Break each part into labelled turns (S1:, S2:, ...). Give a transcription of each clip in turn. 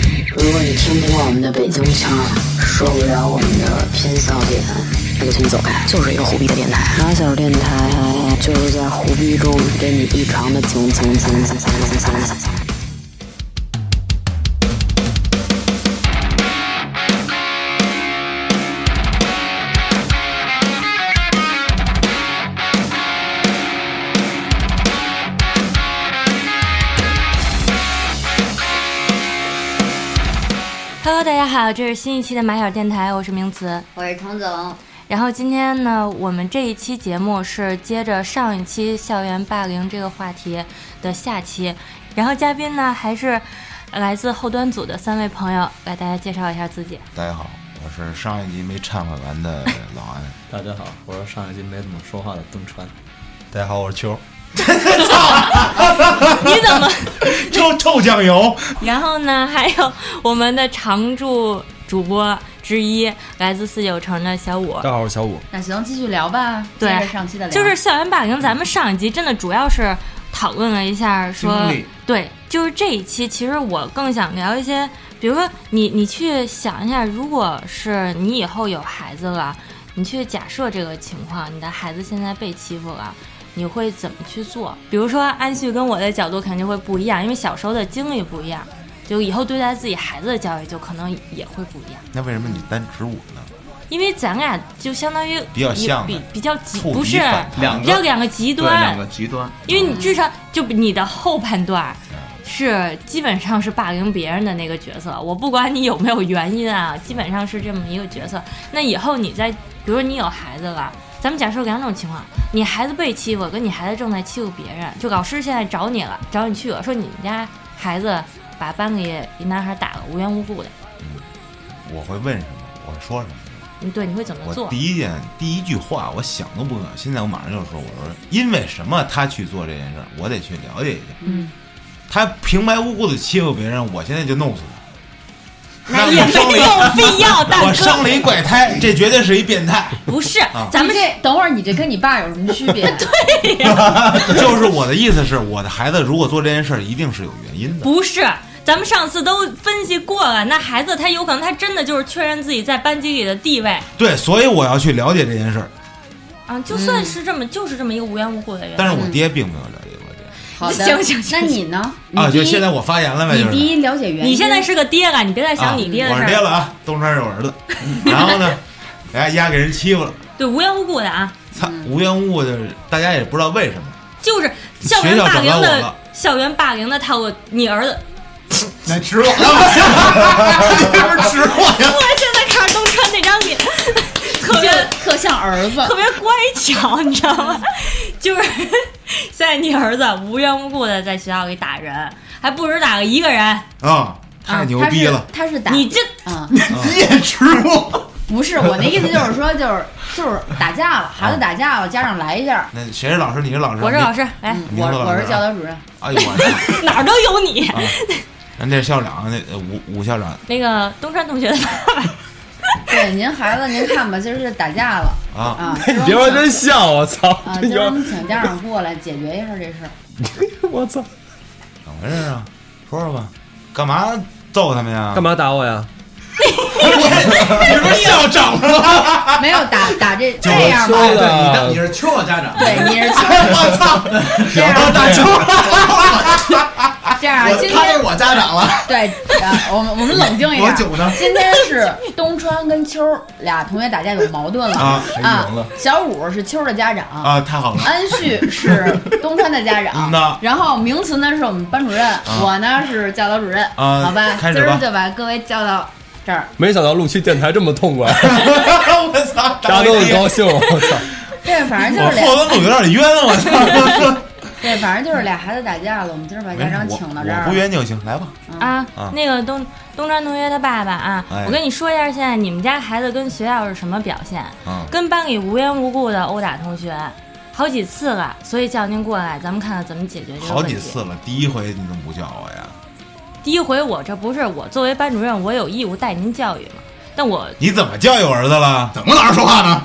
S1: 你听不惯我们的北京腔儿，受不了我们的偏骚点，那就请你走开。就是一个虎逼的电台，马小电台就是在虎逼中给你异常的蹭蹭蹭蹭蹭蹭蹭蹭蹭。
S2: Hello，大家好，这是新一期的马小电台，我是名词。
S3: 我是程总，
S2: 然后今天呢，我们这一期节目是接着上一期校园霸凌这个话题的下期，然后嘉宾呢还是来自后端组的三位朋友，来大家介绍一下自己。
S4: 大家好，我是上一集没忏悔完的老 安。
S5: 大家好，我是上一集没怎么说话的邓川。
S6: 大家好，我 是秋。
S2: 你怎么？
S6: 臭臭酱油，
S2: 然后呢，还有我们的常驻主播之一，来自四九城的小五。
S6: 家好，我是小五。
S3: 那行，继续聊吧。
S2: 对
S3: 接着上期的聊，
S2: 就是校园霸凌，咱们上一集真的主要是讨论了一下说
S6: 经历，
S2: 对，就是这一期，其实我更想聊一些，比如说你你去想一下，如果是你以后有孩子了，你去假设这个情况，你的孩子现在被欺负了。你会怎么去做？比如说，安旭跟我的角度肯定会不一样，因为小时候的经历不一样，就以后对待自己孩子的教育就可能也会不一样。
S4: 那为什么你单指我呢？
S2: 因为咱俩就相当于
S4: 比较
S2: 一
S4: 像
S2: 比
S4: 呗
S2: 比较极，
S4: 兔
S2: 不
S4: 一
S2: 是
S4: 反弹
S5: 两
S2: 比
S5: 个
S2: 较两个极
S5: 对，
S2: 端，
S5: 两个极端。
S2: 因为你至少就你的后半段是基本上是霸凌别人的那个角色，我不管你有没有原因啊，基本上是这么一个角色。那以后你在，比如说你有孩子了，咱们假设两种情况，你孩子被欺负，跟你孩子正在欺负别人，就老师现在找你了，找你去了，说你们家孩子把班里一男孩打了，无缘无故的，
S4: 我会问什么？我说什么？
S2: 你对你会怎么
S4: 我
S2: 做？
S4: 第一件第一句话，我想都不想。现在我马上就说，我说因为什么他去做这件事儿，我得去了解一下。
S2: 嗯，
S4: 他平白无故的欺负别人，我现在就弄死他。那
S2: 也
S4: 我
S2: 没
S4: 生了
S2: 有
S4: 一
S2: 必 要，大
S4: 我
S2: 哥，
S4: 生了一怪胎，这绝对是一变态，
S2: 不是
S4: 啊，
S2: 咱
S3: 你
S2: 们
S3: 这等会儿你这跟你爸有什么区 别？
S4: 就是我的意思是，我的孩子如果做这件事儿，一定是有原因的。
S2: 不是，咱们上次都分析过了，那孩子他有可能他真的就是确认自己在班级里的地位
S4: 对，所以我要去了解这件事儿。
S2: 啊，就算是这么，就是这么一个无缘无故的人。
S4: 嗯但是我爹并没有了解过这件事
S3: 好
S2: 行
S3: 的，
S2: 行行
S3: 那你呢？你
S4: 啊，
S3: 第
S4: 就
S3: 一
S4: 现在我发言了呗，
S3: 你
S4: 就是。
S3: 第一了解原因。
S2: 嗯你现在是个爹了，你别再想你爹的
S4: 啊
S2: 事
S4: 我
S2: 儿
S4: 是爹
S2: 了。
S4: 了啊，东川是我儿子。然 后呢，哎，丫给人欺负了，
S2: 对，无缘无故的啊，
S4: 操，无缘无故的，大家也不知道为什么。
S2: 就是校园
S4: 学校
S2: 霸凌
S4: 找到我
S2: 的
S4: 了
S2: 校园霸凌的套路。你儿子，
S6: 那吃 我。
S4: 这边指我 呀，
S2: 我现在看着东川那张脸，特 别
S3: 就特像儿子，
S2: 特别乖巧，你知道吗？就是 现在你儿子无缘无故的在学校里打人，还不止打了一个人，
S4: 啊，太牛逼了，
S3: 他是他是打
S2: 你这
S3: 啊，
S4: 你也吃我。
S3: 不是我那意思就是说就是就是打架了，孩子打架了，家长来一下。
S4: 那谁是老师？你是老师？
S2: 我是老师，来。
S3: 嗯
S4: 明
S3: 我
S4: 白了
S3: 我是教导主任，
S4: 哎呦 我操！
S2: 哪儿都有你。
S4: 啊，咱这校长，那呃武武校长
S2: 那个东川同学的爸爸，
S3: 对您孩子您看吧，今儿是打架了
S4: 啊，
S3: 啊，
S6: 你别说真像，我操！
S3: 啊，
S6: 真
S3: 今儿我
S6: 有，
S3: 们请家长过来解决一下这事儿。
S6: 我操！
S4: 怎么回事啊？说说吧，干嘛揍他们呀？
S6: 干
S4: 嘛？
S6: 嘛打我呀？
S4: 你不是校长吗？
S3: 没有打打这这样吧？
S6: 的
S5: 对，你是秋儿家长。
S3: 对，你是
S4: 我操！
S3: 这样
S4: 要打球
S3: 这样啊，今天
S5: 我家长了。
S3: 对， 啊，我们我们冷静一下。啊
S5: 我九呢
S3: 今天是东川跟秋儿俩同学打架有矛盾了
S4: 啊
S6: 谁
S3: 啊
S6: 赢了
S3: 小五是秋儿的家长，
S4: 啊！太好了，
S3: 安旭是东川的家
S4: 嗯
S3: 长
S4: 呐，
S3: 然后名词呢是我们班主任，我呢是教导主任，
S4: 啊
S3: 好吧，
S4: 开始
S3: 今
S4: 吧
S3: 儿就把各位叫到这儿。
S6: 没想到录期电台这么痛 快，
S4: 我操！
S6: 大家都很高兴。我操！
S3: 对，反正就
S4: 我
S3: 是俩，
S4: 后端组有点冤，我操！
S3: 对，反正就是俩孩子打架了，我们今儿把家长
S4: 没事
S3: 请
S4: 哎我
S3: 到这
S4: 我不
S3: 儿。
S4: 冤就行，来吧。
S2: 啊
S4: 啊，
S2: 那个东东川同学他爸爸啊
S4: 哎，
S2: 我跟你说一下，现在你们家孩子跟学校是什么表现？
S4: 嗯，
S2: 跟班里无缘无故的殴打同学，好几次了，所以叫您过来，咱们看看怎么解决这个
S4: 好
S2: 问
S4: 几
S2: 题。
S4: 次了，第一回你怎么不叫我呀？
S2: 第一回我这不是我作为班主任，我有义务带您教育嘛，但我
S4: 你怎么教育我儿子了？
S5: 怎么老师说话呢？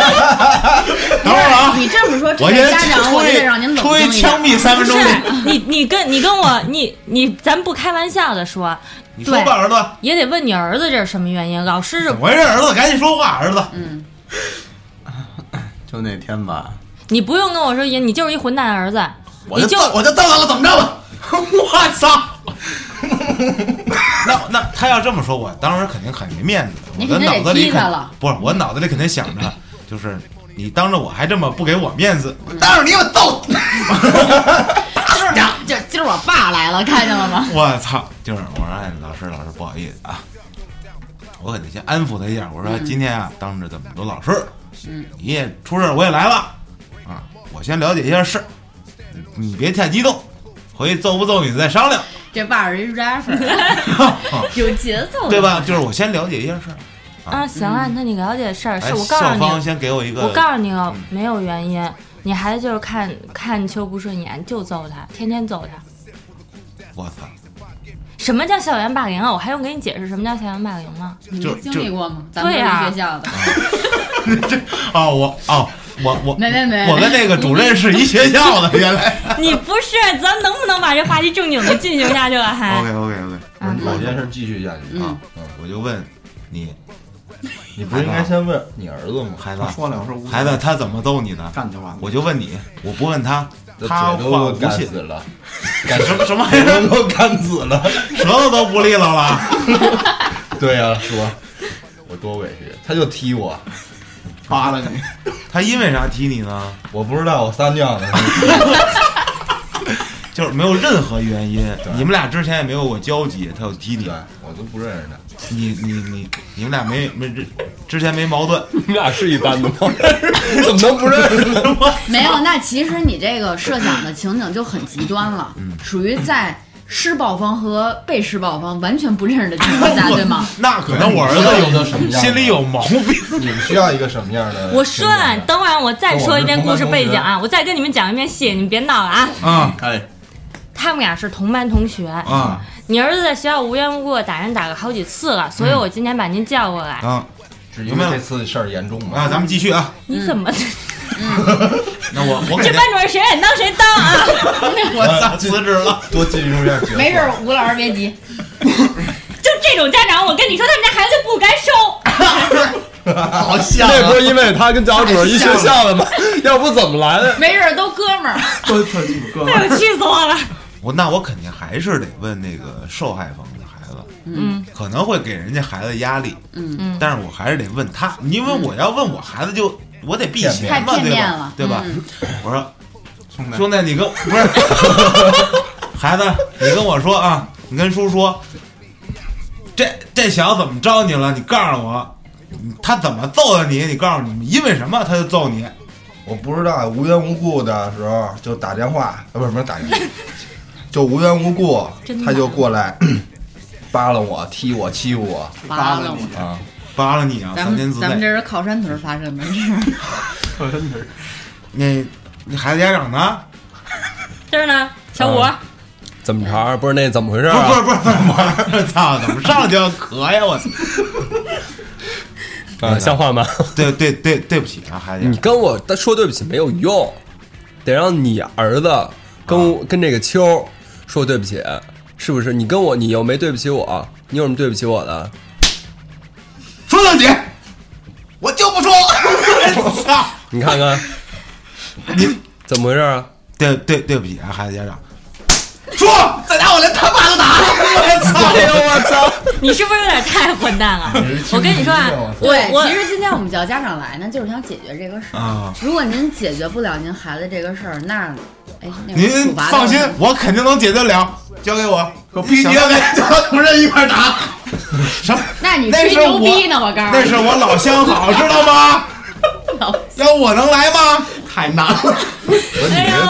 S4: 等会儿啊，
S3: 你这么说，这
S4: 我
S3: 位
S4: 先
S3: 家长，我
S4: 出
S3: 就得
S4: 去
S3: 让您冷
S4: 出
S3: 静
S4: 去
S3: 一
S4: 枪
S3: 点。
S4: 毙三
S2: 不
S4: 分
S2: 是
S4: 钟去。
S2: 你，你跟你跟我，你你，咱不开玩笑的说，
S4: 你说吧，儿子，
S2: 也得问你儿子这是什么原因。老师是
S4: 怎么回事？儿子，赶紧说话，儿子。
S5: 就那天吧，
S2: 你不用跟我说，也你就是一混蛋儿子，
S4: 我
S2: 你就
S4: 我就揍他了，怎么着 吧？我操！ 那那他要这么说，我当时肯定很没面子。
S3: 你
S4: 我
S3: 肯
S4: 的
S3: 定
S4: 脑子里
S3: 得踢
S4: 肯
S3: 他了
S4: 不是，我脑子里肯定想着，就是你当着我还这么不给我面子，
S3: 嗯
S4: 当着你我 揍你！
S3: 今儿今儿今儿我爸来了，看见了吗？
S4: 我操！就是我说，哎，老师，老师，不好意思啊，我肯定先安抚他一下。我说今天啊，当着这么多老师，
S3: 嗯，
S4: 你也出事儿，我也来了啊，我先了解一下事儿，你你别太激动，回去揍不揍你再 商量。
S3: 这爸是一 rapper，有 节奏的
S4: 对？吧？就是我先了解一件事儿，
S2: 啊，行啊，那你了解事儿，
S4: 哎
S2: 是我告诉
S4: 校方
S2: 你，
S4: 先给我一个，
S2: 我告诉你哦，
S4: 嗯
S2: 没有原因，你孩子就是看看秋不顺眼就揍他，天天揍他。
S4: 我操，
S2: 什么叫校园霸凌啊？我还用给你解释什么叫校园霸凌吗？
S3: 你
S4: 就啊
S3: 没经历过吗？咱们都
S2: 对呀
S3: 是学校的，
S4: 哦，我哦，我我
S3: 没没没
S4: 我跟那个主任是一学校的，原来。
S2: 你不是，咱能不能把这话题正经的进行下去了？还
S4: OK OK，
S2: 啊
S7: 把这件事继续下去
S6: 嗯
S7: 啊！
S4: 我就问你，
S7: 你不是应
S6: 哎
S7: 该先问你儿子吗？
S4: 孩子，
S5: 说两声无
S4: 孩子他怎么揍你的？
S5: 干就完了。
S4: 我就问你，我不问他，
S7: 这
S4: 他
S7: 嘴都给
S4: 话
S7: 我
S4: 无
S7: 干
S4: 信
S7: 死，了，
S4: 干什么什么 玩意
S7: 嘴
S4: 儿
S7: 都给我干死了。
S4: 舌头都不利落了。
S7: 对呀、说，我多委屈，他就踢我，
S5: 扒了你，
S4: 他因为啥踢你呢？
S7: 我不知道我撒尿呢，
S4: 就是没有任何原因，
S7: 对
S4: 你们俩之前也没有过交集，他就踢你
S7: 对。我都不认识他。
S4: 你你你你们俩没没之之前没矛 盾，
S6: 你们俩是一般的 吗？怎么能不认识呢？
S3: 没有。那其实你这个设想的情景就很极端了，
S4: 嗯
S3: 属于在施暴方和被施暴方完全不认识的情况下， 对吗？
S4: 那可能我儿
S7: 你知道
S4: 子
S7: 什么
S4: 有
S7: 样吗
S4: 心里有毛病。
S7: 你们需要一个什么样的？
S2: 我说完，等会儿我
S4: 哦
S2: 再说一遍故事背景啊，我再跟你们讲一遍戏，你们别闹了啊。
S7: 嗯
S4: 啊
S5: 哎，
S2: 他们俩是同班同学，
S4: 啊
S2: 你儿子在学校无缘无故地打人打了好几次了，所以我今天把您叫过来。
S4: 嗯啊
S7: 是因为这次事儿严重吗？
S4: 啊！咱们继续啊。
S2: 你怎么？
S4: 那我我给
S2: 这
S4: 他
S2: 班主任谁敢当谁当啊？
S4: 我操辞职了。
S7: 多进入一下角色。
S3: 没事儿，吴老师别急，
S2: 就这种家长，我跟你说，他们家孩子就不该收。
S5: 好像
S6: 那不是因为他跟教导主任一学校的吗？ 要不怎么来的？
S3: 没事儿，都哥们 儿。
S5: 都特鸡巴哥们
S2: 哎呦，气死我了！
S4: 我那我肯定还是得问那个受害方的孩子，
S2: 嗯，
S4: 可能会给人家孩子压力，
S3: 嗯
S4: 但是我还是得问他，因为我要问我孩子就我得避嫌嘛，
S3: 太片
S4: 对
S3: 面
S4: 吧
S3: 了？嗯
S4: 对吧？我说
S5: 兄弟，
S4: 兄弟，你跟不是 孩子，你跟我说啊，你跟叔说，这这小子怎么招你了？你告诉我，他怎么揍的你？你告诉你，因为什么他就揍你？
S7: 我不知道无缘无故的时候就打电话，呃，不是不是打电话，就无缘无故
S2: 真的
S7: 他就过来扒拉我、踢我、欺负我
S3: 扒拉我，
S7: 啊！
S4: 扒拉你啊，
S3: 咱
S4: 三天
S3: 们
S4: 之
S3: 咱们
S4: 内。
S3: 这是靠山屯发生的事儿。
S5: 特真是
S4: 那那孩子家长呢？
S2: 这儿呢，小五，
S6: 啊怎么着？不是那怎么回事
S4: 不是不是
S6: 啊？
S4: 不是不是，我操，怎么上来就要咳呀？我操！
S6: 啊，像话吗？
S4: 对对对，对不起啊，孩子
S6: 你
S4: 家长，
S6: 跟我说对不起没有用，得让你儿子跟我跟这个秋儿说对不起，是不是？你跟我，你又没对不起我，你有什么对不起我的？
S4: 说对不起，我就不说了。操！
S6: 你看 看，你怎么回事啊？
S4: 对对对不起啊，孩子家长。说，在家我连他爸都打。我操！
S6: 哎呦我操！
S2: 你是不是有点太混蛋了？我跟你说啊，我
S3: 对，
S2: 我
S3: 其实今天我们叫家长来呢，就是想解决这个事儿。
S4: 啊，
S3: 如果您解决不了您孩子这个事儿，那，哎，那个处
S4: 您
S3: 罚的
S4: 放心，我肯定能解决了，交给我。
S5: 可必须
S4: 想
S5: 得跟 教主任一块儿打。
S4: 什么？
S3: 那你
S4: 那
S3: 吹
S4: 是
S3: 牛逼
S4: 我
S3: 呢？我告诉
S4: 那
S3: 你
S4: 是，我老相好，知道吗？要我能来吗？
S5: 太难了。
S7: 不是你
S2: 哎
S7: 这
S2: 呦，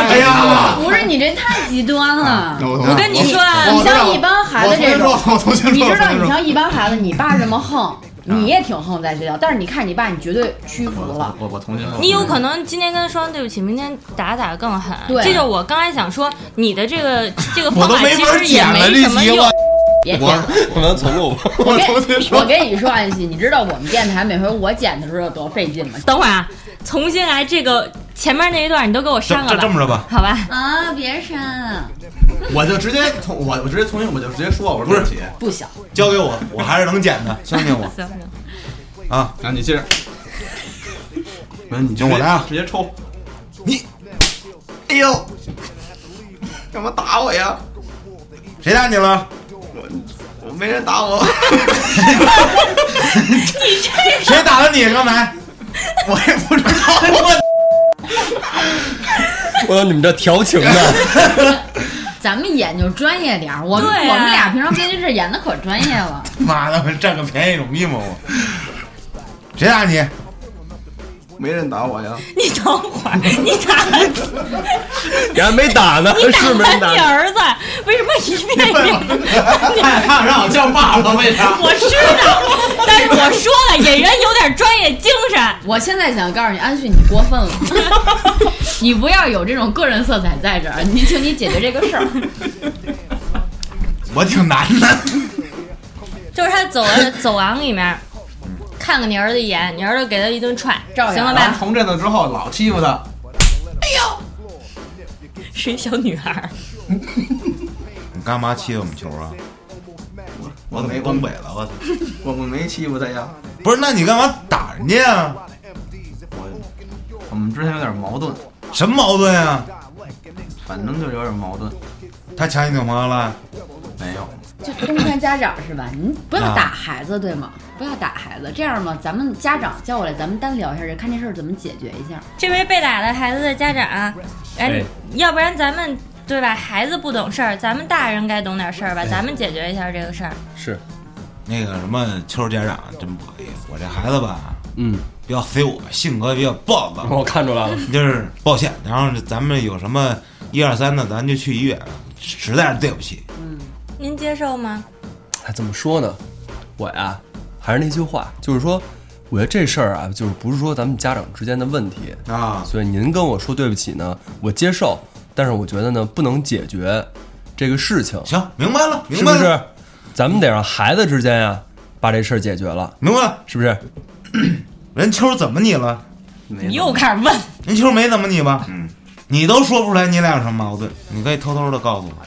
S4: 哎呀，
S3: 不是你这太极端了。
S5: 我
S2: 跟你说啊
S5: 我
S3: 你像一般孩子这种
S5: 我重新说，我重新
S3: 你
S5: 说，
S3: 知道，
S5: 我重新
S3: 你
S5: 说啊
S3: 像一般孩子，你爸这么横，你也挺横在学校，但是你看你爸，你绝对屈服了。
S5: 我我重新说，
S2: 你有可能今天跟他说对不起，明天打打更狠。
S3: 对
S2: 这就我刚才想说，你的这个这个
S4: 我
S2: 方
S4: 都
S2: 法
S4: 没
S2: 其
S4: 法
S2: 实也
S4: 剪了
S2: 没
S4: 这
S2: 什么
S4: 集
S2: 用
S4: 了。。
S3: 别别
S6: 我我们重录吧，
S3: 我
S6: 我
S3: 跟
S6: 重新
S3: 我
S6: 说。
S3: 跟你说，安西，你知道我们电台每回我剪的时候有多费劲吗？
S2: 等会儿啊，重新来这个前面那一段，你都给我
S4: 这
S2: 删了
S4: 这
S2: 吧，
S4: 这么着吧，
S2: 好吧？
S3: 啊，别删啊！
S5: 我就直接从我我直接重新我就直接说，我说
S4: 不是
S5: 对起，
S3: 不小，
S4: 交给我，我还是能剪的，相信我
S2: 行行，
S4: 啊！
S5: 然后你接 着，那你就
S4: 行我来啊
S5: 直接抽，
S4: 你
S5: 哎呦，干嘛打我呀？
S4: 谁打你了？
S5: 我我没人打 我，
S4: 谁打的你？刚才
S5: 我也不知道，
S6: 我说你们这调情 的，
S3: 咱们演就专业点儿。我们、
S2: 对啊
S3: 我们俩平常编辑室演的可专业了。
S4: 妈的，我占个便宜有密吗？我谁 打你？
S5: 没人打我呀。
S2: 你等会儿，你打
S6: 你还没打呢，是没
S2: 你
S6: 人
S2: 打
S6: 打
S2: 你
S6: 呢。
S2: 儿子，为什么一遍一遍？
S5: 他他让我叫爸爸，为啥？
S2: 我知道，但是我说了，演员有点专业精神。
S3: 我现在想告诉你，安旭，你过分了， 你不要有这种个人色彩在这儿。你请你解决这个事儿。
S4: 我挺难的。
S2: 就是他走了走廊里面，看看你儿子一眼，你儿子给他一顿踹，啊
S3: 照样
S2: 行了
S5: 然
S2: 吧
S5: 后？从这次之后老欺负他，
S2: 哎是一小女孩儿，
S4: 你干嘛欺负我们球啊？
S5: 我
S4: 怎么
S5: 没我
S4: 东
S5: 没
S4: 北了？我操！
S5: 我们没欺负他呀。
S4: 不是，那你干嘛打人家呀？
S5: 我我们之前有点矛盾，
S4: 什么矛盾啊？
S5: 反正就是有点矛盾。
S4: 他抢你女朋友了？
S5: 没有，
S3: 就公开家长是吧？你不要
S4: 啊
S3: 打孩子，对吗？不要打孩子，这样吧，咱们家长叫过来，咱们单聊一下，看这事儿怎么解决一下。
S2: 这位被打的孩子的家长，哎
S6: 哎，
S2: 要不然咱们对吧？孩子不懂事儿，咱们大人该懂点事儿吧？咱们解决一下这个事儿。
S6: 是，
S4: 那个什么，秋儿家长真不可以。我这孩子吧，
S6: 嗯，
S4: 比较随我，性格比较暴
S5: 嗯
S4: 躁，
S6: 我看出来了，
S4: 就是抱歉。然后咱们有什么一二三的，咱就去医院。实在是对不起，
S2: 您接受吗？
S6: 哎，怎么说呢？我呀，还是那句话，就是说，我觉得这事儿啊，就是不是说咱们家长之间的问题
S4: 啊
S6: 所以您跟我说对不起呢，我接受，但是我觉得呢，不能解决这个事情，
S4: 行，明白了，明
S6: 是
S4: 白
S6: 不
S4: 了，
S6: 是？咱们得让孩子之间呀、把这事儿解决了，
S4: 明白了。
S6: 是不是？
S4: 人秋儿怎么你了？
S5: 没
S2: 你又开始问，
S4: 人秋儿没怎么你吧？嗯，你都说不出来你俩有什么矛盾，你可以偷偷的告诉我，
S5: 嗯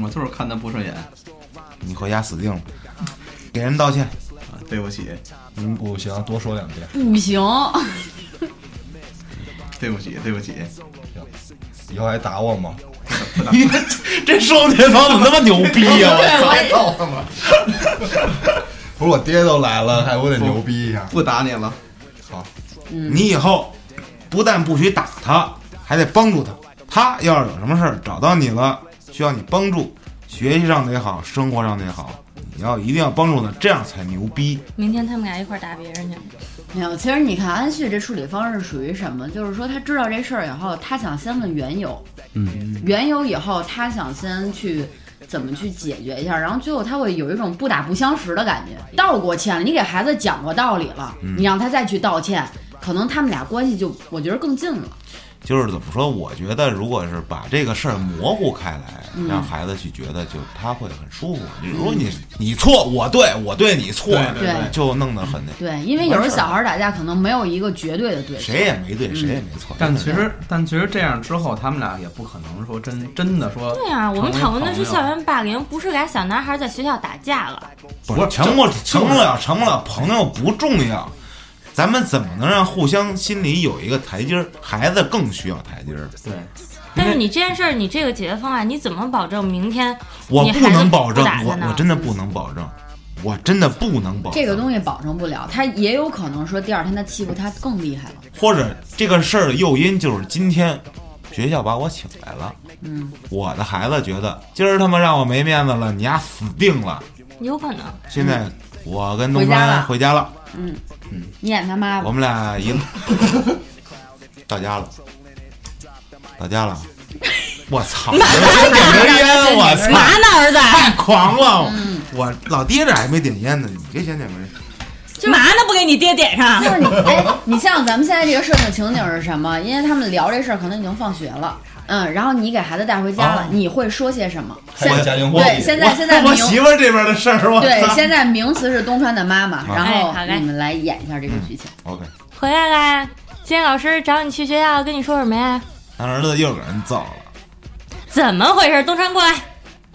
S5: 我就是看他不顺眼，嗯啊
S4: 你回家死定了，给人 道歉。
S5: 对不起，
S7: 嗯，不行，多说两遍。
S3: 不行，
S5: 对不起，对不起，
S7: 以后还打我吗？
S4: 这双对方怎么那么牛逼呀、
S5: 啊
S7: 还打我吗？不是我爹都来了，还我得牛逼一下。
S5: 不打你了。
S3: 嗯
S4: 你以后不但不许打他，还得帮助他。他要是有什么事儿找到你了，需要你帮助，学习上得好，生活上得好，你要一定要帮助他，这样才牛逼。
S2: 明天他们俩一块儿打别人去。
S3: 没有。其实你看安旭这处理方式属于什么？就是说他知道这事儿以后，他想先问缘由，嗯，缘由以后他想先去。怎么去解决一下？然后最后他会有一种不打不相识的感觉。道过歉了，你给孩子讲过道理了，你让他再去道歉，可能他们俩关系就我觉得更近了。
S4: 就是怎么说？我觉得如果是把这个事儿模糊开来，
S3: 嗯
S4: 让孩子去觉得，就他会很舒服。如果你你错我对，我对你错，
S5: 对
S3: 对
S4: 就弄得很那
S3: 对，因为有时候小孩儿打架可能没有一个绝对的对错。
S4: 谁也没对，谁也没错。
S5: 但
S4: 真
S5: 其
S4: 的
S5: 实，但其实这样之后，他们俩也不可能说真真的说。
S2: 对啊，我们讨论的是校
S5: 园。
S2: 园霸凌，不是俩小男孩在学校打架了。
S4: 不是成不成不了成不了朋友不重要，咱们怎么能让互相心里有一个台阶儿？孩子更需要台阶儿。
S5: 对，
S2: 但是你这件事儿，你这个解决方案，你怎么保证明天
S4: 我
S2: 你
S4: 不
S2: 孩子
S4: 能保证
S2: 不打，他
S4: 我
S2: 呢
S4: 我真的不能保证，我真的不能保证
S3: 这个东西保证不了，他也有可能说第二天他欺负他更厉害了。
S4: 或者这个事儿的诱因就是今天学校把我请来了，嗯，我的孩子觉得今儿他妈让我没面子了，你丫死定了。
S2: 有可能？
S4: 现在我跟东
S3: 回家
S4: 山
S3: 了
S4: 回家了，
S3: 你演他妈
S4: 我
S3: 吧，
S4: 们俩一到家了，到家了，我操！我没点根烟，我操！
S2: 嘛呢，儿嗯子？
S4: 太狂了！我老爹这还没点烟呢，你这先点根烟。
S2: 嘛呢？不给你爹点上
S3: 就？是你哎，你像咱们现在这个设定情景是什么？因为他们聊这事儿可能已经放学了，嗯，然后你给孩子带回家了
S4: 哦，
S3: 你会说些什么？
S7: 还有家庭
S4: 我
S7: 会
S3: 对现在
S4: 我
S3: 现在
S4: 我
S3: 明
S4: 媳妇儿这边的事儿，我
S3: 对，
S4: 操
S3: 现在名词是东川的妈
S4: 啊
S3: 妈，然后
S2: 哎好嘞
S3: 你们来演一下这个剧情。
S4: OK，
S2: 回来啦！今天老师找你去学校，跟你说什么呀？
S4: 咱儿子又给人揍了。
S2: 怎么回事？东川过来，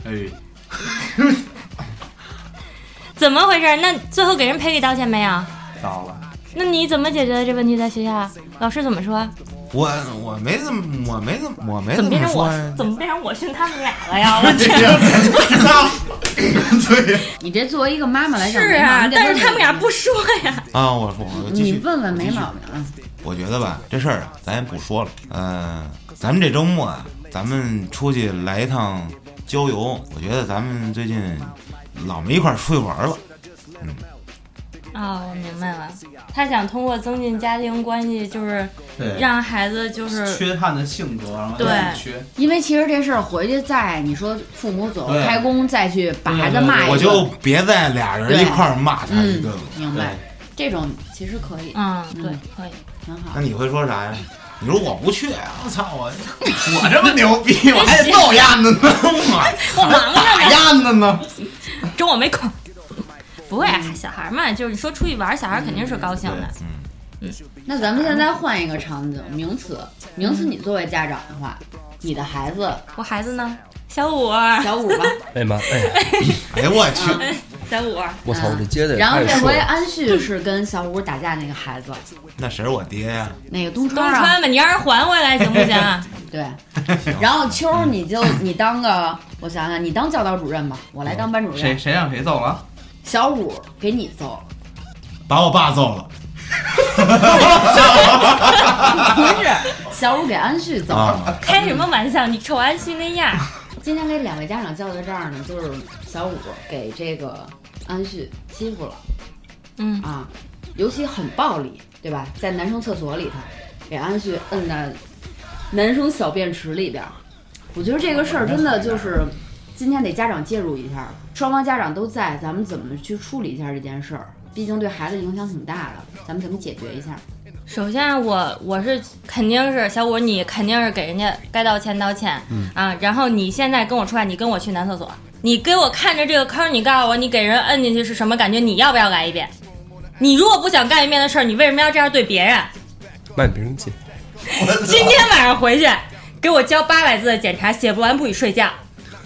S4: 哎，
S2: 怎么回事？那最后给人赔礼道歉没有？
S5: 到哎 了，
S2: 那你怎么解决的这问题？在学校啊，老师怎么说？
S4: 我我没怎么，我没怎么，我没
S2: 怎么变成
S4: 说
S2: 我
S4: 呀？。
S2: 怎么变成我训他们俩了呀？我天！
S3: 你这作为一个妈妈来讲，
S2: 是
S3: 没毛
S2: 啊，
S3: 病
S2: 但是他们俩，不说呀。
S4: 啊，我说我继
S3: 你
S4: 续。
S3: 问问没
S4: 我继续
S3: 毛病啊。
S4: 我觉得吧，这事儿啊，咱也不说了。嗯、咱们这周末啊，咱们出去来一趟郊游。我觉得咱们最近老没一块儿出去玩了。
S2: 哦，我明白了，他想通过增进家庭关系，就是
S5: 对
S2: 让孩子就是
S5: 缺憾的性格，然后
S2: 对
S5: 很缺。
S3: 因为其实这事儿回去再你说父母左右
S5: 对
S3: 开弓再去把孩子
S5: 对对对
S3: 骂一顿，
S4: 我就别再俩人一块儿骂他一
S3: 哎嗯
S4: 顿了。，
S3: 明白。这种其实可以，
S2: 嗯，对，可以。
S3: 挺好
S4: 那。你会说啥呀？你说我不去，我操我！
S5: 我这么牛逼，我还得揍燕子呢，
S2: 我忙着
S5: 打
S2: 呢，
S5: 燕子呢。
S2: 中午没空。不会啊，小孩嘛，就是你说出去玩，小孩肯定是高兴的。
S4: 嗯
S3: 那咱们现在换一个场景，名词，名词，你作为家长的话，你的孩子
S2: 我孩子呢？小五，
S3: 小五吧，
S6: 哎妈，哎，
S4: 哎呦我去！
S2: 小五，
S6: 我操，我这接的也
S3: 然后
S6: 太
S3: 这
S6: 顺
S3: 回
S6: 了。
S3: 安旭是跟小五打架那个孩子，
S4: 那谁是我爹呀、
S3: 那个东
S2: 东
S3: 川啊，
S2: 川吧，你让人还回来行不行啊？
S3: 对。然后秋儿你就你当个，我想想，你当教导主任吧，我来当班主
S5: 谁
S3: 任。
S5: 谁让谁揍了？
S3: 小五给你揍，
S4: 把我爸揍了
S3: 不是小五给安旭揍。
S4: 啊！
S2: 开什么玩笑？你瞅安旭那样，
S3: 今天给两位家长叫到这儿呢，就是小五给这个安旭欺负了
S2: 嗯，
S3: 啊，尤其很暴力，对吧？在男生厕所里头，给安旭摁在男生小便池里边儿。我觉得这个事儿真的就是今天得家长介入一下，双方家长都在，咱们怎么去处理一下这件事儿？毕竟对孩子影响挺大的，咱们怎么解决一下？
S2: 首先我我是肯定是小五，你肯定是给人家该道歉道歉，啊，然后你现在跟我出来，你跟我去男厕所，你给我看着这个坑，你告诉我你给人摁进去是什么感觉？你要不要来一遍？你如果不想干一遍的事儿，你为什么要这样对别人？
S6: 卖别人劲，
S2: 今天晚上回去给我交八百字的检查，写不完不许睡觉。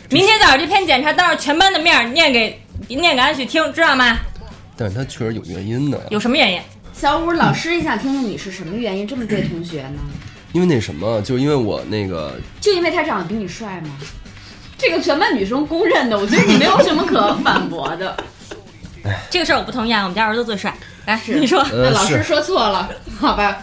S2: 明天早上这篇检查当着全班的面儿念给念给安旭听，知道吗？
S6: 但是他确实有原因的，
S2: 有什么原因？
S3: 小五老师也想听听你是什么原因这么对同学呢？
S6: 因为那什么，就因为我那个
S3: 就因为他长得比你帅吗？这个全班女生公认的，我觉得你没有什么可反驳的。
S2: 这个事儿我不同意啊，我们家儿子最帅。来，你说，
S3: 那
S6: 呃
S3: 老师
S6: 是
S3: 说错了，好吧？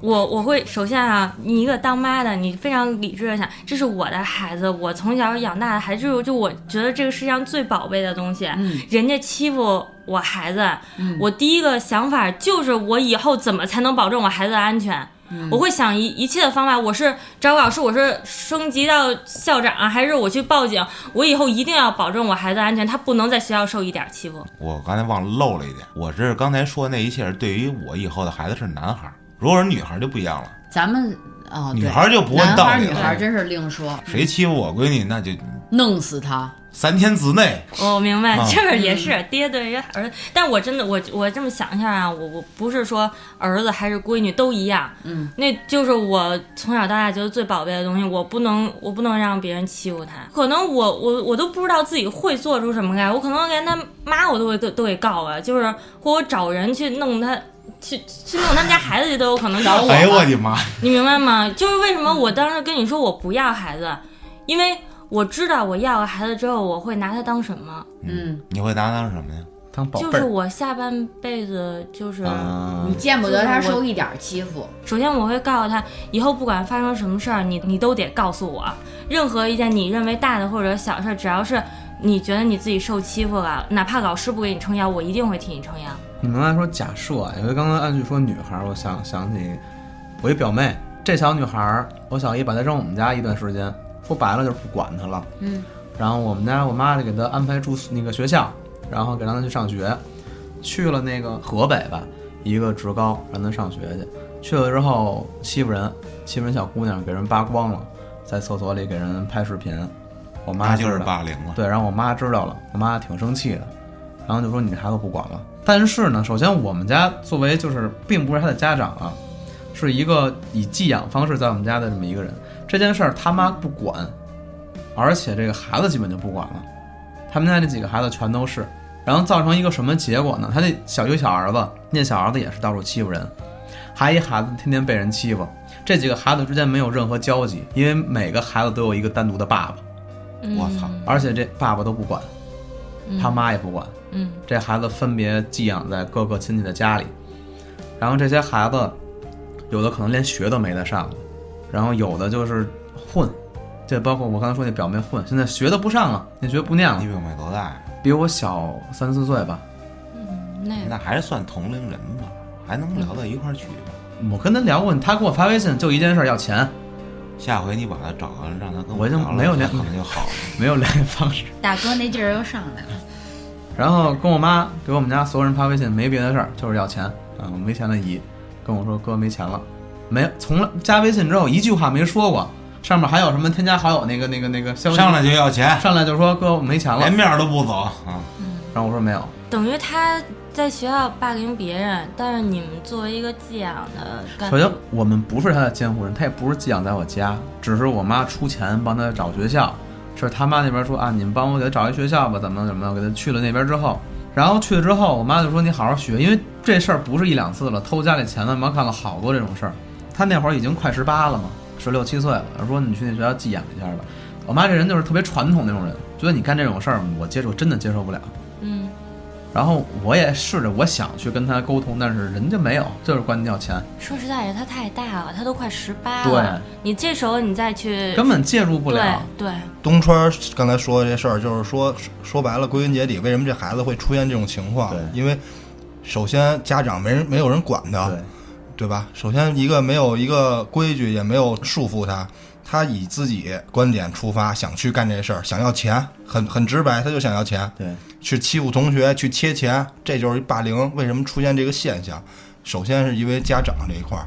S2: 我我会首先啊，你一个当妈的，你非常理智的想，这是我的孩子，我从小养大的孩子，就就我觉得这个世界上最宝贝的东西。
S3: 嗯
S2: 人家欺负我孩子，
S3: 嗯
S2: 我第一个想法就是我以后怎么才能保证我孩子的安全？
S3: 嗯
S2: 我会想一一切的方法，我是找老师，我是升级到校长啊，还是我去报警？我以后一定要保证我孩子的安全，他不能在学校受一点欺负。
S4: 我刚才忘了漏了一点，我这刚才说的那一切是对于我以后的孩子是男孩儿，如果是女孩儿就不一样了，
S3: 咱们哦，
S4: 女
S3: 对，
S4: 孩儿就不问
S3: 男
S4: 道
S3: 孩
S4: 理
S3: 女孩
S4: 了。
S3: 真是另说，
S4: 谁欺负我闺女，那就
S3: 弄死他。
S4: 三天之内
S2: 我哦明白
S4: 啊，
S2: 这也是爹对于儿子，但我真的我我这么想一下啊，我我不是说儿子还是闺女都一样，
S3: 嗯，
S2: 那就是我从小到大觉得最宝贝的东西，我不能我不能让别人欺负他。可能我我我都不知道自己会做出什么来，我可能连他妈我都会都给告了，就是或我找人去弄他。去去弄他们家孩子去都有可能
S3: 找我
S4: 哎呦我的妈！
S2: 你明白吗？就是为什么我当时跟你说我不要孩子，因为我知道我要了孩子之后我会拿他当什么，
S3: 嗯，
S4: 你会拿他当什么呀？
S5: 当宝
S2: 就是我下半辈子就是，
S8: 啊
S5: 嗯
S3: 你见不得他受一点儿欺负。
S2: 首先我会告诉他，以后不管发生什么事儿，你你都得告诉我，任何一件你认为大的或者小事儿，只要是你觉得你自己受欺负了，哪怕老师不给你撑腰，我一定会替你撑腰。
S8: 你们刚才说假设啊，因为刚刚按句说女孩儿，我想想起我一表妹，这小女孩儿，我小姨把她扔我们家一段时间，说白了就是不管她了。
S3: 嗯，
S8: 然后我们家我妈就给她安排住宿那个学校，然后给让她去上学，去了那个河北吧，一个职高让她上学去，去了之后欺负人，欺负人小姑娘给人扒光了，在厕所里给人拍视频，我妈
S4: 那就是
S8: 知道
S4: 霸凌了。
S8: 对，然后我妈知道了，我妈挺生气的，然后就说你这孩子不管了。但是呢，首先我们家作为就是并不是他的家长啊，是一个以寄养方式在我们家的这么一个人，这件事儿他妈不管，而且这个孩子基本就不管了。他们家那几个孩子全都是，然后造成一个什么结果呢？他那小舅小儿子，那小儿子也是到处欺负人，还一孩子天天被人欺负。这几个孩子之间没有任何交集，因为每个孩子都有一个单独的爸爸。
S4: 我操！
S8: 而且这爸爸都不管，他妈也不管，
S2: 嗯，
S8: 这孩子分别寄养在各个亲戚的家里，然后这些孩子有的可能连学都没得上，然后有的就是混，这包括我刚才说那表妹混，现在学都不上了，那学不念了
S4: 你，表妹多大呀？
S8: 比我小三四岁吧。
S2: 嗯那
S4: 那还是算同龄人吧，还能聊到一块儿去吧。
S8: 我跟他聊过，他给我发微信就一件事儿要钱，
S4: 下回你把他找了，让他跟
S8: 我已经
S4: 聊聊
S8: 没有
S4: 他
S8: 联
S4: 可能就好了。
S8: 没有联系方式。
S3: 大哥那劲儿又上来了，
S8: 然后跟我妈给我们家所有人发微信，没别的事儿，就是要钱。嗯，没钱的姨跟我说哥没钱了，没从来加微信之后一句话没说过，上面还有什么添加好友那个那个那个消息
S4: 上来就要钱，
S8: 上来就说哥我没钱了
S4: 连，面儿都不走啊！
S8: 然后我说没有，
S2: 等于他在学校霸凌别人，但是你们作为一个寄养的干，
S8: 首先我们不是他的监护人，他也不是寄养在我家，只是我妈出钱帮他找学校，是他妈那边说啊，你们帮我给他找一学校吧，怎么怎么样，给他去了那边之后，然后去了之后，我妈就说你好好学，因为这事儿不是一两次了，偷家里钱的，我妈干了好多这种事儿。他那会儿已经快十八了嘛，十六七岁了，说你去那学校寄养一下吧。我妈这人就是特别传统那种人，觉得你干这种事儿，我接受真的接受不了。
S2: 嗯，
S8: 然后我也试着我想去跟他沟通，但是人家没有，就是管你要钱。
S2: 说实在的，他太大了，他都快十八
S8: 对
S2: 了，你这时候你再去
S8: 根本介入不了。
S2: 对对，
S7: 东川刚才说的这事儿，就是说说白了，归根结底，为什么这孩子会出现这种情况
S8: 对？
S7: 因为首先家长没人没有人管他，
S8: 对，
S7: 对吧？首先一个没有一个规矩，也没有束缚他，他以自己观点出发，想去干这事儿，想要钱，很很直白，他就想要钱，
S8: 对，
S7: 去欺负同学，去切钱，这就是一霸凌。为什么出现这个现象？首先是因为家长这一块儿，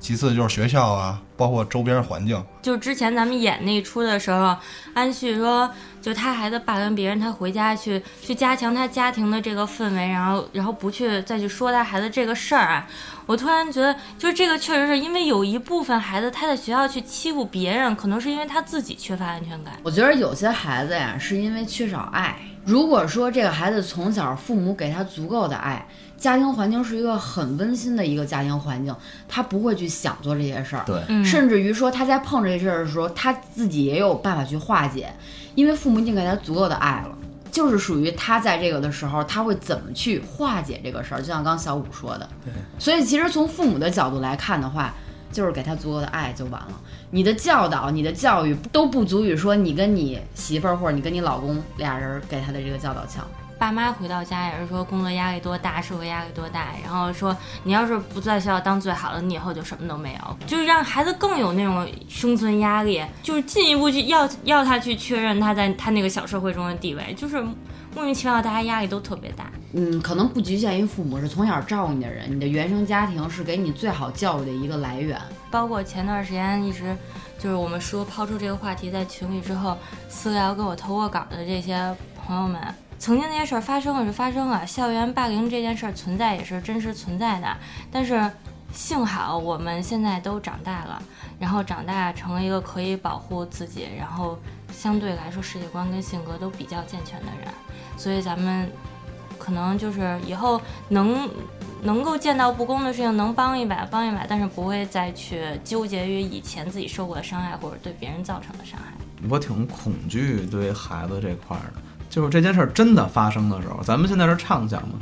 S7: 其次就是学校啊，包括周边环境。
S2: 就之前咱们演那一出的时候，安旭说，就他孩子霸凌别人，他回家去去加强他家庭的这个氛围，然后然后不去再去说他孩子这个事儿啊。我突然觉得，就是这个确实是因为有一部分孩子他在学校去欺负别人，可能是因为他自己缺乏安全感。
S3: 我觉得有些孩子呀，是因为缺少爱。如果说这个孩子从小父母给他足够的爱，家庭环境是一个很温馨的一个家庭环境，他不会去想做这些事儿。
S8: 对
S2: 嗯
S3: 甚至于说他在碰这些事儿的时候，他自己也有办法去化解，因为父母已经给他足够的爱了。就是属于他在这个的时候，他会怎么去化解这个事儿？就像刚小五说的，所以其实从父母的角度来看的话，就是给他足够的爱就完了。你的教导、你的教育都不足以说你跟你媳妇儿或者你跟你老公俩人给他的这个教导强。
S2: 爸妈回到家也是说工作压力多大，社会压力多大，然后说你要是不在学校当最好的，你以后就什么都没有，就是让孩子更有那种生存压力，就是进一步去要要他去确认他在他那个小社会中的地位，就是莫名其妙大家压力都特别大。
S3: 嗯，可能不局限于父母，是从小照顾你的人，你的原生家庭是给你最好教育的一个来源。
S2: 包括前段时间一直就是我们说抛出这个话题在群里之后，私聊跟我投过稿的这些朋友们，曾经那些事儿发生了是发生了，校园霸凌这件事儿存在也是真实存在的，但是。幸好我们现在都长大了，然后长大成了一个可以保护自己，然后相对来说世界观跟性格都比较健全的人，所以咱们可能就是以后能能够见到不公的事情，能帮一把帮一把，但是不会再去纠结于以前自己受过的伤害或者对别人造成的伤害。
S8: 我挺恐惧对孩子这块儿的，就是这件事儿真的发生的时候，咱们现在是畅想嘛，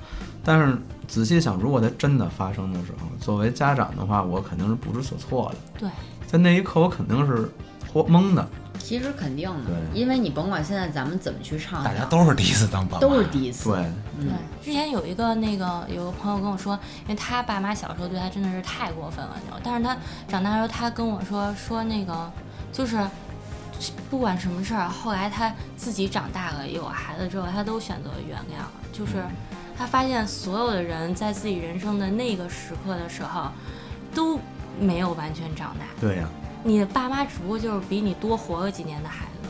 S8: 但是仔细想，如果它真的发生的时候，作为家长的话，我肯定是不知所措的，
S2: 对，
S8: 在那一刻我肯定是活懵的，
S3: 其实肯定的，
S8: 对
S3: 因为你甭管现在咱们怎么去唱，
S4: 大家都啊是第一次当爸妈，
S3: 都是第一次。
S8: 对，
S2: 对，之前有一个那个有个朋友跟我说，因为他爸妈小时候对他真的是太过分了那种，但是他长大之后，他跟我说说那个就是不管什么事儿，后来他自己长大了有孩子之后，他都选择原谅了，就是他发现所有的人在自己人生的那个时刻的时候都没有完全长大。
S8: 对呀、
S2: 你的爸妈只不过就是比你多活了几年的孩子。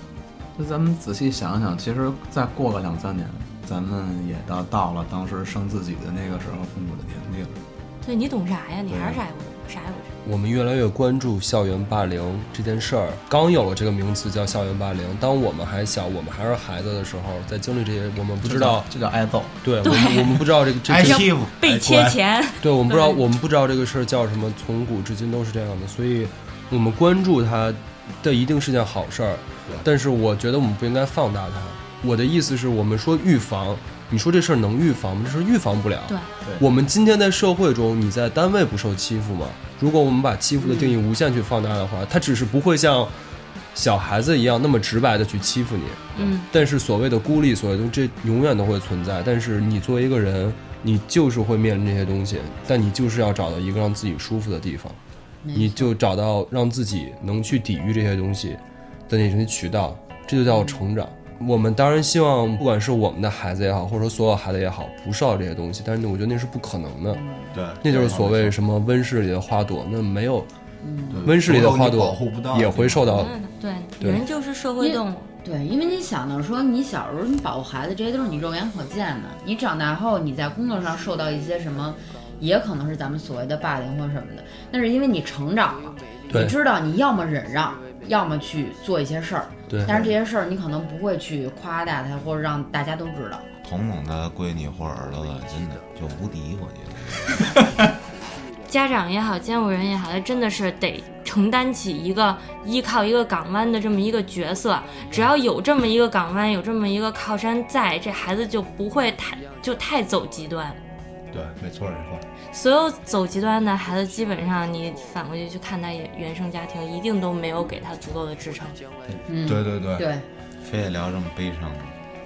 S8: 那咱们仔细想想，其实再过个两三年，咱们也到到了当时生自己的那个时候父母的年龄了。
S2: 对你懂啥呀？你还是啥也不懂，啥也不懂。
S6: 我们越来越关注校园霸凌这件事儿。刚有了这个名词叫校园霸凌，当我们还小，我们还是孩子的时候，在经历这些，我们不知道，
S8: 这叫挨揍。
S6: 对我们我们不知道这个这
S4: 挨
S6: 这，
S4: 欺负，
S2: 被切钱，
S6: 对我们不知道我们不知道这个事儿叫什么，从古至今都是这样的，所以我们关注它，这一定是件好事儿。但是我觉得我们不应该放大它。我的意思是我们说预防，你说这事儿能预防吗？这事儿预防不了。
S2: 对
S6: 我们今天在社会中，你在单位不受欺负吗？如果我们把欺负的定义无限去放大的话，它只是不会像小孩子一样那么直白的去欺负你。
S2: 嗯，
S6: 但是所谓的孤立，所谓的这永远都会存在。但是你作为一个人，你就是会面临这些东西，但你就是要找到一个让自己舒服的地方，你就找到让自己能去抵御这些东西的那些渠道，这就叫成长。我们当然希望，不管是我们的孩子也好，或者说所有孩子也好，不受到这些东西，但是我觉得那是不可能的。
S4: 对，
S6: 那就是所谓什么温室里的花朵，那没有，温室里的花
S7: 嗯保
S6: 朵
S7: 护不到
S6: 也会受到。
S2: 嗯对，
S6: 对
S2: 人就是社会动物。
S3: 对，因为你想到说，你小时候你保护孩子，这些都是你肉眼可见的。你长大后，你在工作上受到一些什么，也可能是咱们所谓的霸凌或什么的，那是因为你成长了，
S6: 对
S3: 你知道你要么忍让，要么去做一些事儿。
S6: 对
S3: 但是这些事儿你可能不会去夸大它，或者让大家都知道。
S9: 彤彤的闺女或者儿子，真的就无敌，我觉得。
S2: 家长也好，监护人也好，他真的是得承担起一个依靠一个港湾的这么一个角色。只要有这么一个港湾，有这么一个靠山在，这孩子就不会太就太走极端。
S7: 对，没错没错。
S2: 所有走极端的孩子，基本上你反过去去看他原生家庭，一定都没有给他足够的支撑。
S3: 嗯，
S7: 对对对，
S3: 对
S9: 非得聊这么悲伤的，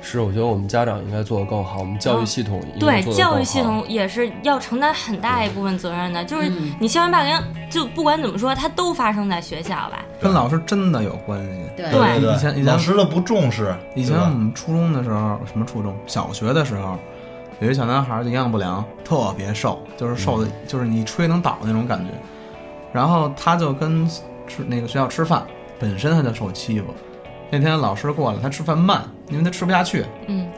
S6: 是，我觉得我们家长应该做得更好，我们教育系统
S2: 哦
S6: 应该
S2: 对
S6: 做得更好
S2: 教育系统也是要承担很大一部分责任的，就是
S3: 嗯
S2: 你校园霸凌，就不管怎么说，它都发生在学校吧。
S8: 跟老师真的有关系。
S3: 对
S2: 对
S7: 对
S8: 以前以
S7: 对，
S8: 前
S7: 老师的不重视，
S8: 以
S7: 对
S8: 前我
S7: 吧
S8: 们初中的时候，什么初中？小学的时候，有一小男孩营养不良，特别瘦，就是瘦的，就是你吹能倒那种感觉。然后他就跟吃那个学校吃饭，本身他就受欺负。那天老师过来，他吃饭慢，因为他吃不下去。
S2: 嗯，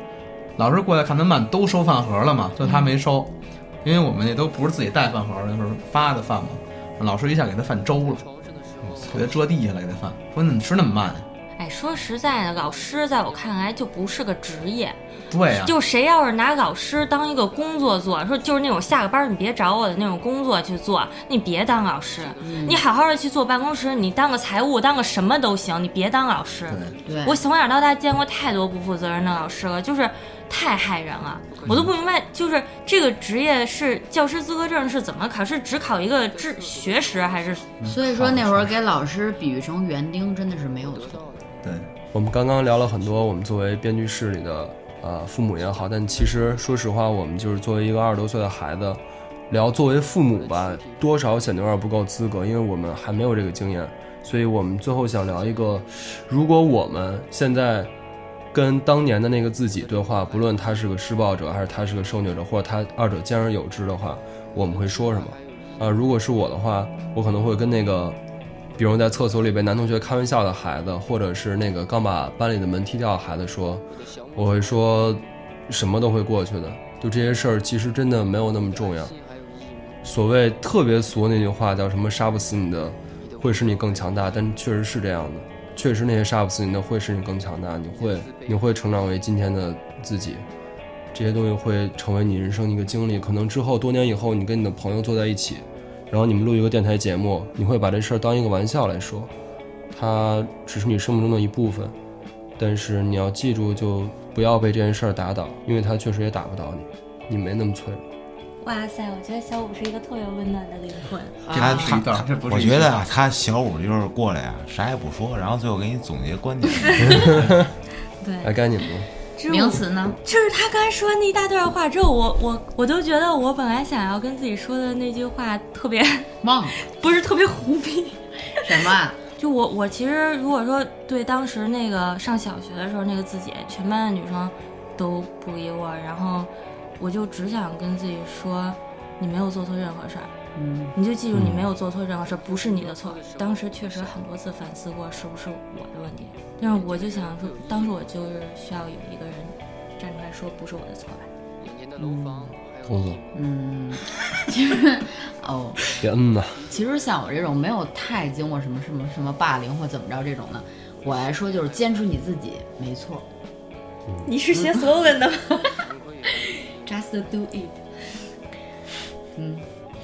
S8: 老师过来看他慢，都收饭盒了嘛，就他没收，因为我们也都不是自己带饭盒，就是发的饭嘛。老师一下给他饭粥了，给他遮地下了，给他饭，说你怎么吃那么慢呀、
S2: 哎，说实在的，老师在我看来就不是个职业，
S8: 对啊
S6: 啊
S8: 呀、
S2: 就谁要是拿老师当一个工作做，说就是那种下个班儿你别找我的那种工作去做，你别当老师，
S6: 嗯
S2: 你好好的去坐办公室，你当个财务，当个什么都行，你别当老师。
S8: 对。
S3: 对，
S2: 我从小到大见过太多不负责任的老师了，就是太害人了。我都不明白，就是这个职业是教师资格证是怎么考？是只考一个知学识，还是
S3: 所以说那会儿给老师比喻成园丁真的是没有错。
S8: 对，
S6: 我们刚刚聊了很多，我们作为编剧室里的呃父母也好，但其实说实话，我们就是作为一个二十多岁的孩子，聊作为父母吧，多少显得有点不够资格，因为我们还没有这个经验，所以我们最后想聊一个，如果我们现在跟当年的那个自己对话，不论他是个施暴者，还是他是个受虐者，或者他二者兼而有之的话，我们会说什么？啊、如果是我的话，我可能会跟那个比如在厕所里被男同学开玩笑的孩子，或者是那个刚把班里的门踢掉的孩子说，我会说，什么都会过去的，就这些事儿其实真的没有那么重要。所谓特别俗的那句话叫什么“杀不死你的，会使你更强大”，但确实是这样的，确实那些杀不死你的会使你更强大，你会你会成长为今天的自己。这些东西会成为你人生的一个经历，可能之后多年以后，你跟你的朋友坐在一起，然后你们录一个电台节目，你会把这事儿当一个玩笑来说，它只是你生命中的一部分，但是你要记住，就不要被这件事儿打倒，因为它确实也打不倒你，你没那么脆弱。
S2: 哇塞，我觉得小五是一个特别温暖的灵魂。
S9: 他
S8: 是一段
S9: 他
S8: 这不是
S9: 我
S8: 一
S9: 觉
S8: 段
S9: 得啊，他小五就是过来啊，啥也不说，然后最后给你总结观 点。
S2: 对，
S6: 来该你们了，
S2: 这
S3: 名词呢？
S2: 就是他刚才说那一大段话之后，我我我都觉得我本来想要跟自己说的那句话特别
S3: 忘了
S2: 不是特别胡逼。
S3: 什么啊？
S2: 就我我其实如果说对当时那个上小学的时候那个自己，全班的女生都不理我，然后我就只想跟自己说，你没有做错任何事儿，你就记住你没有做错任何事，不是你的错。当时确实很多次反思过是不是我的问题，但是我就想说，当时我就是需要有一个人站出来说不是我的错吧。
S6: 秃子，
S3: 嗯，其实哦，
S6: 别嗯呐，
S3: 其实像我这种没有太经过什么什么什么霸凌或怎么着这种的，我来说就是坚持你自己没错
S2: 你是写 slogan 的吗？
S3: ，just do it。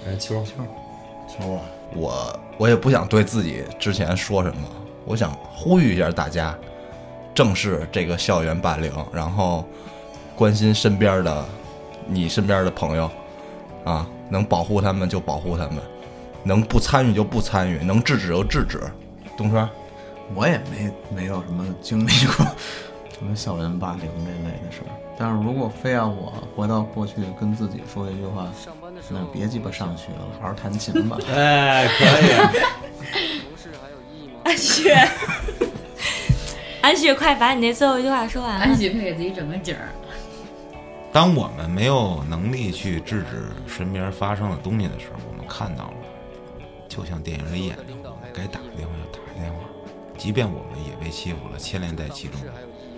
S6: 哎，秋儿，
S7: 说吧，我我也不想对自己之前说什么，我想呼吁一下大家，正视这个校园霸凌，然后关心身边的你身边的朋友啊，能保护他们就保护他们，能不参与就不参与，能制止就制止。东川，
S8: 我也没没有什么经历过 什么校园霸凌这类的事儿。但是如果非要我回到过去跟自己说一句话，那别鸡巴上学了，好好弹琴吧。
S6: 哎，可以，
S2: 安雪，安雪，快把你那最后一句话说完啊了。
S3: 许配给自己整个景儿，
S4: 当我们没有能力去制止身边发生的东西的时候，我们看到了，就像电影里演的，我们该打个电话就打个电话，即便我们也被欺负了，牵连在其中，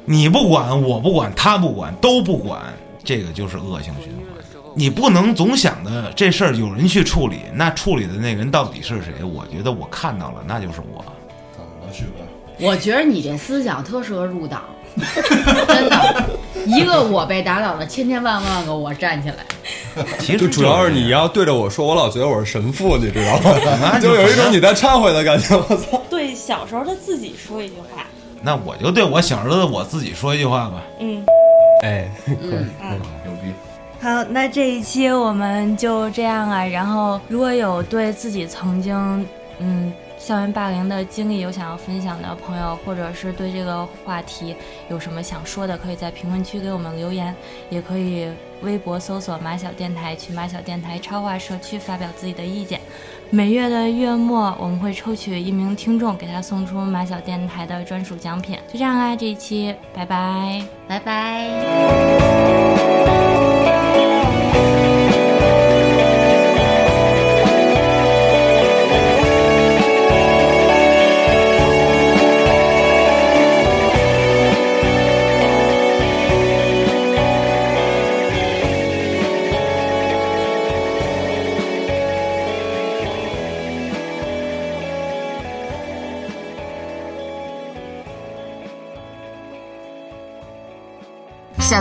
S4: 你不管，我不管，他不管，都不管，这个就是恶性循环。你不能总想着这事儿有人去处理，那处理的那个人到底是谁？我觉得我看到了，那就是我。
S7: 我去吧。
S3: 我觉得你这思想特适合入党， 真的。一个我被打倒了，千千万万个我站起来。
S4: 其
S6: 就
S4: 实
S6: 主要是
S4: 这个
S6: 你要对着我说，我老觉得我是神父，你知道吗？
S4: 那
S6: 就有一种你在忏悔的感觉。我操！
S2: 哎对小时候他自己说一句话，
S4: 那我就对我小时候的我自己说一句话吧。
S2: 嗯。
S6: 哎，
S3: 嗯，
S2: 好，那这一期我们就这样啊。然后，如果有对自己曾经嗯校园霸凌的经历有想要分享的朋友，或者是对这个话题有什么想说的，可以在评论区给我们留言，也可以微博搜索“马小电台”，去马小电台超话社区发表自己的意见。每月的月末，我们会抽取一名听众，给他送出马小电台的专属奖品。就这样啦、这一期拜拜。
S3: 拜拜。
S10: 下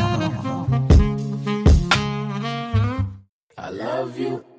S11: I love you.